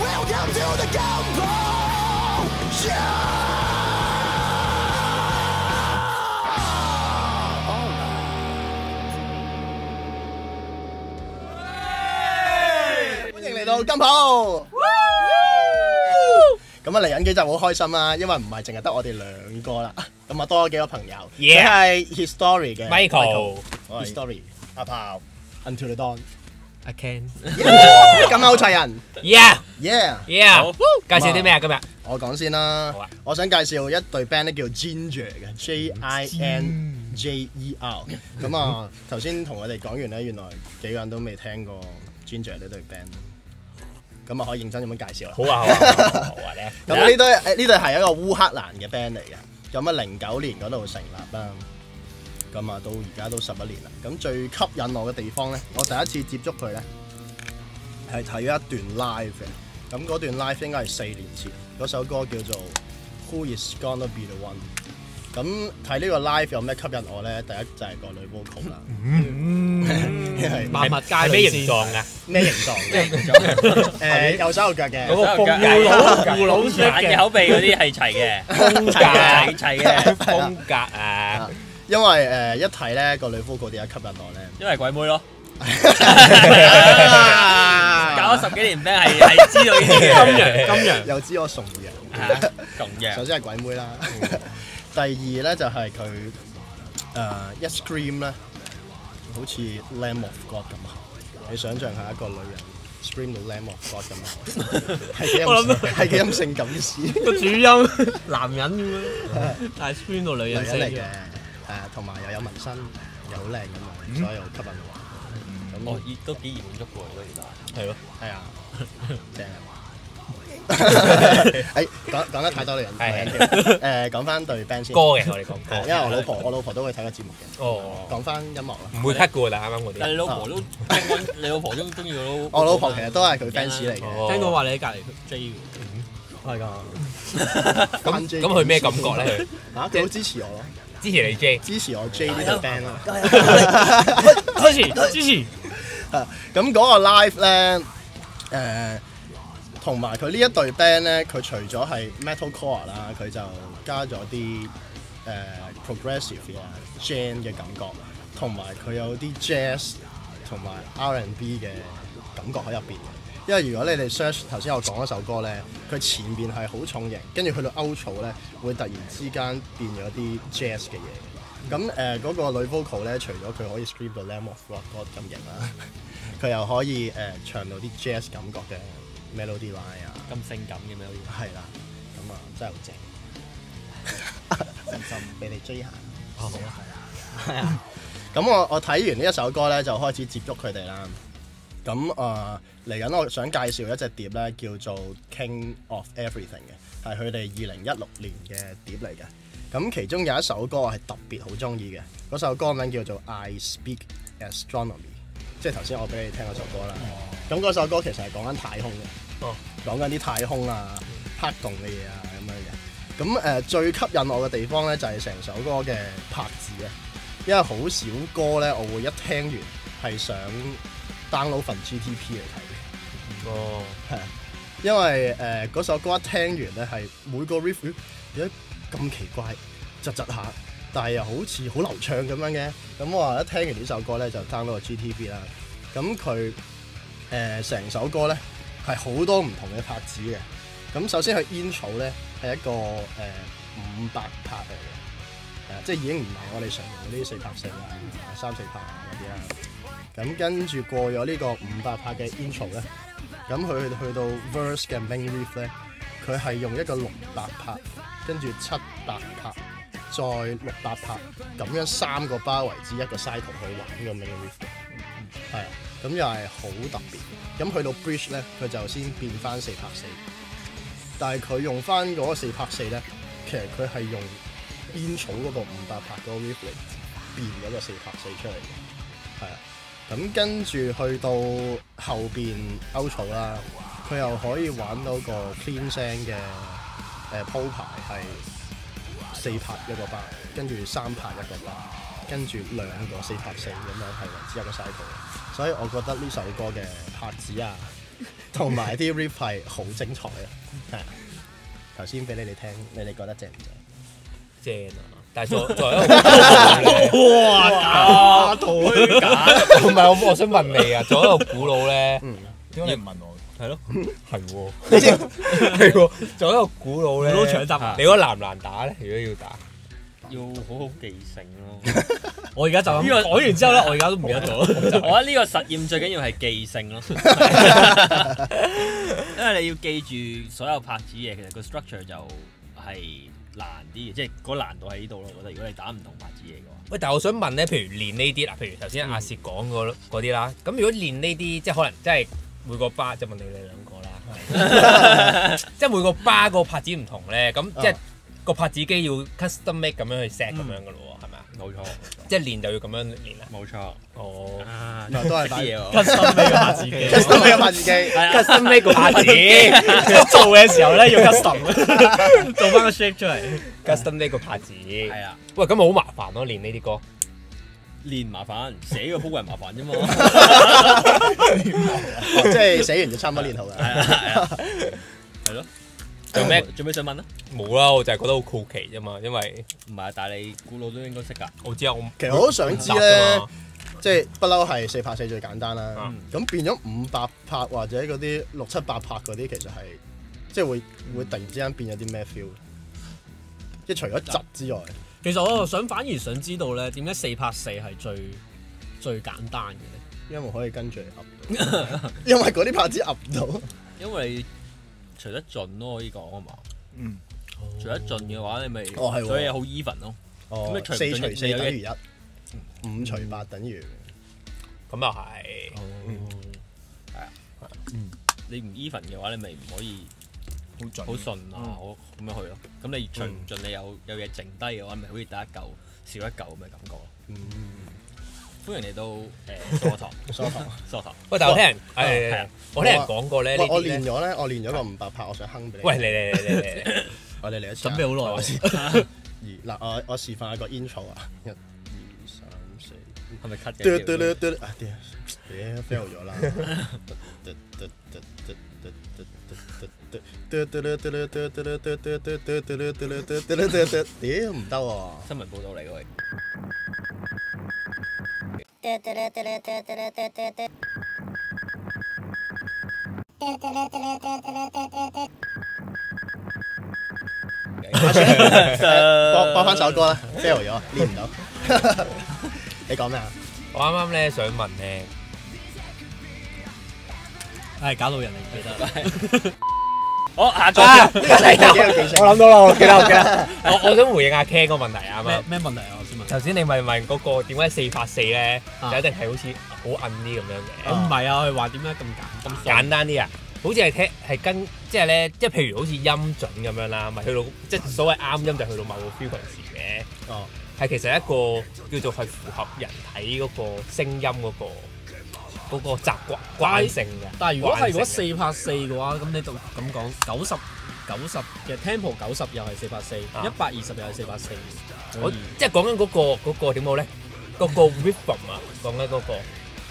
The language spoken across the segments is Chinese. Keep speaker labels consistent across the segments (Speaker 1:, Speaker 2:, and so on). Speaker 1: Welcome to the Gumbo Show! Hey! 歡迎嚟到金鋪！咁啊，嚟緊幾集好開心啊，因為唔係淨係得我哋兩個啦，咁啊多咗幾個朋友，即
Speaker 2: Yeah
Speaker 1: 係 History 嘅
Speaker 2: Michael
Speaker 1: 我係 History 阿炮 Until the Dawn，
Speaker 2: 阿 Ken，
Speaker 1: 咁歐齊人
Speaker 2: yeah
Speaker 1: ，yeah！
Speaker 2: yeah，介紹啲咩啊今日？
Speaker 1: 我講先啦
Speaker 2: 好啊，
Speaker 1: 我想介紹一隊 band 咧叫 Ginger 嘅，J I N J E R。咁 啊，頭先同我哋講完咧，原來幾個人都未聽過 Ginger 呢隊 band。咁啊，可以認真咁樣介紹啦。
Speaker 2: 好啊好啊好啊好啊咧，
Speaker 1: 咁呢隊誒呢隊係一個烏克蘭嘅 band 嚟嘅，咁啊零九年嗰度成立啦，咁啊到而家都十一年啦。咁最吸引我嘅地方咧，我第一次接觸佢咧係睇一段 live 嘅，咁嗰段 live 應該係四年前，嗰首歌叫做 Who Is Gonna Be The One。咁睇呢個 live 有咩吸引我咧？第一就係個女 vocal 啦，因為
Speaker 2: 萬物皆咩形狀啊？
Speaker 1: 咩形狀嘅？誒右手右腳嘅，
Speaker 2: 個
Speaker 3: 父
Speaker 2: 老父老式
Speaker 3: 眼嘅口鼻嗰啲係齊嘅，
Speaker 2: 風格啊
Speaker 3: 齊齊嘅，
Speaker 2: 風格啊，
Speaker 1: 因為誒、呃一睇咧個女 vocal 點解吸引我咧？
Speaker 3: 因為鬼妹咯，搞
Speaker 2: À.
Speaker 1: 搞
Speaker 3: 咗十幾年 band 係係知道呢啲
Speaker 2: 金
Speaker 3: 嘅，
Speaker 2: 陽金陽，
Speaker 1: 又知我崇洋，
Speaker 3: 啊咁樣
Speaker 1: 首先係鬼妹啦。 第二咧就係佢誒一 scream 咧，好似 Lamb of God 咁厚。你想象下一個女人 scream 到 Lamb of God 咁厚， 係幾
Speaker 2: 我諗
Speaker 1: 咁係幾咁性感嘅事。
Speaker 2: 個主音男人咁樣，但係 screen 到女
Speaker 1: 女
Speaker 2: 人
Speaker 1: 人
Speaker 2: 聲
Speaker 1: 嚟嘅誒
Speaker 2: 嘅，，
Speaker 1: 同埋又有紋身，又好靚咁樣，所以好吸引我。咁
Speaker 3: 我亦都幾易滿足嘅喎，原來
Speaker 2: 係咯，
Speaker 1: 係啊，正啊！誒哎講講得太多女人，
Speaker 2: 係係
Speaker 1: 誒講翻對 band 先
Speaker 2: 歌，嘅我哋講
Speaker 1: 因
Speaker 2: 歌，
Speaker 1: 為我老婆我老婆都會睇個節目嘅。
Speaker 2: 哦，
Speaker 1: 講翻音樂啦，
Speaker 2: 唔會 cut 嘅喎，但係啱啱嗰
Speaker 3: 但係
Speaker 2: 啲，
Speaker 3: 你老婆都，你老婆都中意我
Speaker 1: 我老婆其實都係佢 fans 嚟嘅，
Speaker 2: 哦
Speaker 4: 聽講話你喺隔離 J 喎，
Speaker 1: 係噶。
Speaker 2: 咁咁佢咩感覺咧？佢
Speaker 1: 嚇， 佢好支持我咯，
Speaker 2: 支持你 J，
Speaker 1: 支持我 J
Speaker 2: 啊
Speaker 1: 呢隊 band 啊咯。
Speaker 4: 開始支持，
Speaker 2: 啊
Speaker 1: 咁嗰個 live 咧，誒同埋佢呢一隊 band 咧，佢除咗係 metal core 啦，佢就加咗啲誒呃 progressive 啊 jam 嘅感覺，同埋佢有啲 jazz 同埋 R&B 嘅感覺喺入邊。因為如果你哋 search 頭先我講嗰首歌咧，佢前邊係好重型，跟住去到歐草咧，會突然之間變咗啲 jazz 嘅嘢。咁誒嗰個女 vocal 咧，除咗佢可以 scream 到 Lamb of God 咁型啦。佢又可以誒、呃唱到啲 jazz 感覺嘅 melody line 啊，
Speaker 3: 咁性感嘅咩？
Speaker 1: 係啦，咁啊真係好正，真心俾你追下， 好啊，係啊，咁我我睇完呢一首歌咧，就開始接觸佢哋啦。咁誒嚟緊，我想介紹一隻碟咧，叫做《King of Everything》嘅，係佢哋二零一六年嘅碟嚟嘅。咁其中有一首歌我係特別好中意嘅，嗰首歌名叫做《I Speak Astronomy》，即係頭先我俾你聽嗰首歌啦。咁嗰首歌其實係講緊太空嘅，
Speaker 2: 哦
Speaker 1: 講緊啲太空啊、黑洞嘅嘢啊咁樣嘅。咁誒、呃最吸引我嘅地方咧，就係、成首歌嘅拍子啊，因為好少歌咧，我會一聽完係想 download 份 GTP 嚟睇嘅。
Speaker 2: 哦，
Speaker 1: 因為誒嗰、首歌一聽完咧，係每個 riff 咦點解咁奇怪，窒窒下，但係又好似好流暢咁樣嘅。咁我話一聽完呢首歌咧，就 download 個 GTV 啦。咁佢誒成首歌咧係好多唔同嘅拍子嘅。咁首先佢 intro 咧係一個誒呃五百拍嚟嘅。誒即係已經唔係我哋常用嗰啲四拍四啊、三四拍啊嗰啲啦。咁跟住過咗呢個五百拍嘅 intro 咧，咁佢去到 verse 嘅 main riff 咧，佢係用一個六百拍，跟住七百拍，再六百拍，咁樣三個巴為之一個 cycle 去玩個 main riff 嘅。係啊，咁又係好特別。咁去到 bridge 咧，佢就先變翻四拍四，但係佢用翻嗰個四拍四咧，其實佢係用煙草嗰個五百拍嗰個 riff 嚟變咗個四拍四出嚟嘅，係啊。咁跟住去到後邊歐草啦，佢又可以玩到個 clean 聲嘅誒鋪排係四拍一個巴，跟住三拍一個巴，跟住兩個四拍四咁樣係為之一個 cycle 嘅。所以我覺得呢首歌嘅拍子啊，同埋啲 riff 係好精彩啊！係啊頭先俾你哋聽，你哋覺得正唔正？
Speaker 4: 正啊！但係作作為一個
Speaker 1: 啊
Speaker 4: 哇，
Speaker 3: 啊
Speaker 1: 圖
Speaker 4: 啊唔係我我想問你啊，作為一個古佬咧，
Speaker 5: 點解你唔問我？
Speaker 4: 係咯，係喎，係喎，作為一個古佬咧，
Speaker 2: 古佬搶啊答
Speaker 4: 你覺得難唔難打咧？如果要打，
Speaker 3: 要好好記性咯。
Speaker 2: 我而家就咁講完之後咧，我而家都唔記得咗。
Speaker 3: 我覺得呢個實驗最緊要係記性 咯，因為你要記住所有拍子嘢，其實個 structure 就係難啲嘅，即係嗰難度喺呢度咯。我覺得如果你打唔同拍子嘢嘅話，
Speaker 4: 喂，但係我想問咧，譬如練呢啲啦，啊譬如頭先阿薛講嗰嗰啲啦，咁如果練呢啲，即係可能真係每個巴，即係問你哋兩個啦， 即係每個巴個拍子唔同咧，咁即係個拍子機要 custom make 咁樣去 set 咁樣噶咯喎，係咪啊？
Speaker 3: 冇錯，
Speaker 4: 即係練就要咁樣練啊啦。
Speaker 3: 冇錯
Speaker 4: 哦
Speaker 2: À,
Speaker 3: 啊
Speaker 1: 唔係都係
Speaker 3: 識啲嘢喎。
Speaker 2: 跟心俾個 下自己。
Speaker 1: custom 嘅問機，
Speaker 4: ，custom make 個 拍子
Speaker 2: 做嘅時候咧要 custom，做翻個 shape 出嚟。
Speaker 4: ，custom make 個拍子。
Speaker 3: 係啊，
Speaker 4: 喂，咁好麻煩咯，練呢啲歌。
Speaker 3: 練麻煩，寫個 program 麻煩啫嘛。
Speaker 1: 即係寫完就差唔多練好啦。
Speaker 3: 係啊係啊，係咯。
Speaker 4: 做咩
Speaker 3: 做咩想問啊？
Speaker 4: 冇啦，我就係覺得好好奇啫嘛，因為
Speaker 3: 唔係啊，但係你古老都應該識㗎。
Speaker 4: 我知啊，我
Speaker 1: 其實我都想知
Speaker 4: 唔答㗎
Speaker 1: 咧
Speaker 4: 嘛，
Speaker 1: 即係不嬲係四拍四最簡單啦
Speaker 4: 嗯。
Speaker 1: 咁變咗五百拍或者嗰啲六七八拍嗰啲，其實係即係會會突然之間變咗啲咩 feel？即係除咗窒之外，
Speaker 2: 其實我又想反而想知道咧，點解四拍四係最最簡單嘅咧？
Speaker 1: 因為可以跟住你噏到，因為嗰啲拍子噏唔到。
Speaker 3: 因為你除得盡咯，可以講啊嘛。
Speaker 2: 哦
Speaker 5: 嗯，
Speaker 3: 除得盡嘅話，你咪
Speaker 1: 哦係喎
Speaker 3: 所以好 even 咯。咁
Speaker 1: 哦
Speaker 3: 你，除唔
Speaker 1: 四除
Speaker 3: 盡
Speaker 1: 四
Speaker 3: 你有
Speaker 1: 等
Speaker 3: 一
Speaker 1: 於一，五除八等於
Speaker 4: 咁又係。
Speaker 3: 你唔 even 嘅話，你咪唔可以
Speaker 5: 好準。
Speaker 3: 好順
Speaker 2: 嗯
Speaker 3: 啊，好咁樣去咯。咁你除唔盡，你有有嘢剩低嘅話，咪好似得一嚿少一嚿咁嘅感覺咯。歡迎嚟到誒 疏堂，
Speaker 1: 疏堂。
Speaker 3: 疏堂
Speaker 4: 喂，但係我聽人，
Speaker 3: 係
Speaker 4: 誒
Speaker 3: 啊，
Speaker 4: 我聽人講過咧，呢
Speaker 1: 喂，我
Speaker 4: 啲
Speaker 1: 練
Speaker 4: 咧，
Speaker 1: 咗咧，我練咗個五百拍，我想哼俾你。
Speaker 4: 喂，嚟嚟嚟嚟嚟嚟，
Speaker 1: 我哋嚟一次啊
Speaker 2: 準備好耐喎，
Speaker 1: 二嗱，我我示範下個 intro 啊，一、二、三、四。
Speaker 3: 係咪 cut
Speaker 1: 嘟
Speaker 3: 嘅？
Speaker 1: 嘟嘟嘟啊！屌，屌 fail 咗啦！嘟嘟嘟嘟嘟嘟嘟嘟嘟嘟嘟嘟嘟嘟嘟嘟嘟嘟嘟嘟嘟嘟嘟嘟嘟嘟，屌唔得喎！
Speaker 3: 新聞報導嚟嘅喂，
Speaker 1: 播播翻首歌啦，fail 咗，練唔到。你講咩啊？
Speaker 4: 我啱啱咧想問咧，
Speaker 2: 係搞到人哋唔記得。
Speaker 3: 好下個
Speaker 1: 呢個係幾有技
Speaker 4: 我諗到啦，我記得我記得，我我想回應阿 Ken 個問題啱
Speaker 2: 咩
Speaker 4: 啱。
Speaker 2: 咩問題啊？我先問。
Speaker 4: 頭先你咪問嗰個點解四拍四咧，
Speaker 2: 啊
Speaker 4: 就一定係好似好暗啲咁樣
Speaker 2: 我唔係啊，佢話點解咁簡單
Speaker 4: 嘅，？簡單啲啊？好似係聽係跟即係咧，即係譬如好似音準咁樣啦，咪去到即係所謂啱音就去到某個 frequency 嘅，
Speaker 1: 哦，
Speaker 4: 係其實一個叫做係符合人體嗰個聲音嗰個嗰個習慣慣性嘅。
Speaker 2: 但係如果
Speaker 4: 慣
Speaker 2: 係如
Speaker 4: 性
Speaker 2: 果
Speaker 4: 嘅
Speaker 2: 四拍四嘅話，咁你就咁講九十九十嘅 tempo 九十又係四拍四，
Speaker 4: 啊
Speaker 2: 一百二十又係四拍四。
Speaker 4: 我即係講緊嗰個嗰、個點好咧，嗰、個 rhythm 啊，講緊嗰個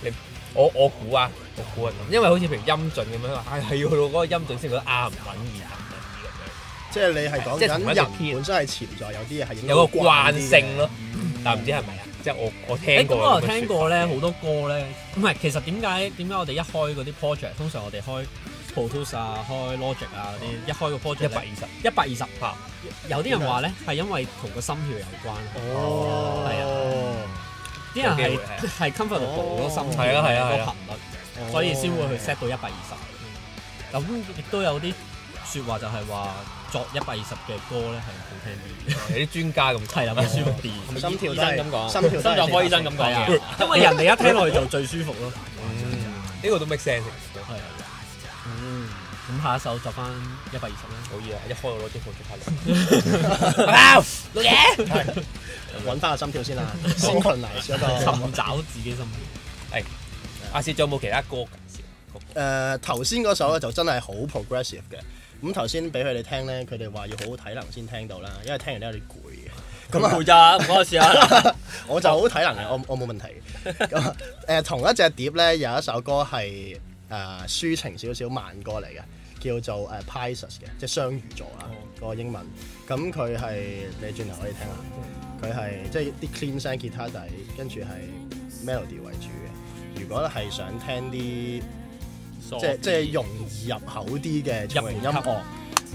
Speaker 4: 你我我估啊，我估啊，因為好似譬如音準咁樣，係係要去到嗰個音準先覺得啱唔穩意合唔穩
Speaker 1: 即係你係講
Speaker 4: 即係同一
Speaker 1: 緊
Speaker 4: 個
Speaker 1: 人
Speaker 4: key
Speaker 1: 本身係潛在有啲嘢係
Speaker 4: 意咁樣，
Speaker 1: 應該
Speaker 4: 有個
Speaker 1: 慣啲
Speaker 4: 慣
Speaker 1: 嘅
Speaker 4: 性。咯。但唔知係咪啊？即係我我聽
Speaker 2: 誒咁
Speaker 4: 過
Speaker 2: 我
Speaker 4: 啊。
Speaker 2: 又聽過咧 好多歌咧，唔係其實點解點解我哋一開嗰啲 project，通常我哋開 Pro Tools 啊、開 Logic 啊嗰啲，一開個 project
Speaker 4: 一百二十，
Speaker 2: 一百二十拍，有啲人話咧係因為同個心跳有關，啊
Speaker 1: 哦，
Speaker 2: 係
Speaker 1: 啊。
Speaker 2: 啲人
Speaker 4: 有
Speaker 2: 係
Speaker 4: 機會啊
Speaker 2: 係 comfortable 嗰個心跳
Speaker 4: 係啊係啊係
Speaker 2: 嗰個
Speaker 4: 啊
Speaker 2: 頻
Speaker 1: 哦
Speaker 2: 率，所以先會去 set 到一百二十。咁亦都有啲説話就係話作一百二十嘅歌咧係好聽啲嘅，
Speaker 4: 有啲專家咁
Speaker 2: 係啦，啊會舒服啲。
Speaker 1: 心跳
Speaker 3: 醫
Speaker 1: 都係
Speaker 3: 生咁講，
Speaker 1: 心
Speaker 3: 心
Speaker 1: 跳都係
Speaker 3: 臟科醫生咁講
Speaker 2: 係啊
Speaker 3: 嘅。，
Speaker 2: 因為人哋一聽落去就最舒服咯。
Speaker 4: 呢個都 make sense。
Speaker 2: 係啊。嗯，咁下一首作翻一百二十啦。
Speaker 4: 好嘢啊！一開我攞張放 出翻嚟。老嘢，
Speaker 1: 揾翻個心跳先啦，先群嚟咗個。
Speaker 2: 尋找自己心跳。
Speaker 4: 阿薛仲有冇其他歌介紹？
Speaker 1: 誒頭先嗰首咧就真係好 progressive 嘅，咁頭先俾佢哋聽咧，佢哋話要好好體能先聽到啦，因為聽完咧有啲攰嘅。咁
Speaker 3: 咁
Speaker 1: 啊，
Speaker 3: 攰咋，唔關我事 啊。
Speaker 1: 我就好體能嘅，我我冇問題嘅。咁啊誒同一隻碟咧有一首歌係誒、誒抒情少少慢歌嚟嘅，叫做誒 Pisces 嘅，即係雙魚座啦，個英文。咁佢係你轉頭可以聽下，佢係即係啲 clean 聲吉他底，跟住係 melody 為主嘅。如果係想聽啲即係即係容易入口啲嘅重型音樂，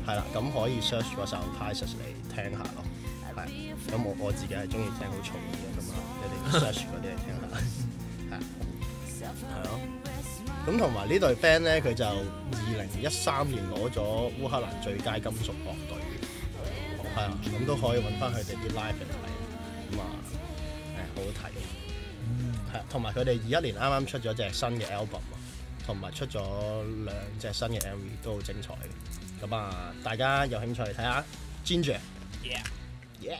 Speaker 1: 係啦，咁可以 search 嗰首 Pisces 嚟聽下咯。係，咁我我自己係中意聽好重嘅咁啊，你哋 search 嗰啲嚟聽下。 係，係咯。咁同埋呢隊 band 咧，佢就二零一三年攞咗烏克蘭最佳金屬樂隊，係啊，咁都可以揾翻佢哋啲 live 嚟睇，咁啊誒好好睇。係，同埋佢哋二一年啱啱出咗隻新嘅 album 啊同埋出咗兩隻新嘅 MV 都好精彩嘅。咁啊，大家有興趣睇下 Ginger。Yeah。Yeah。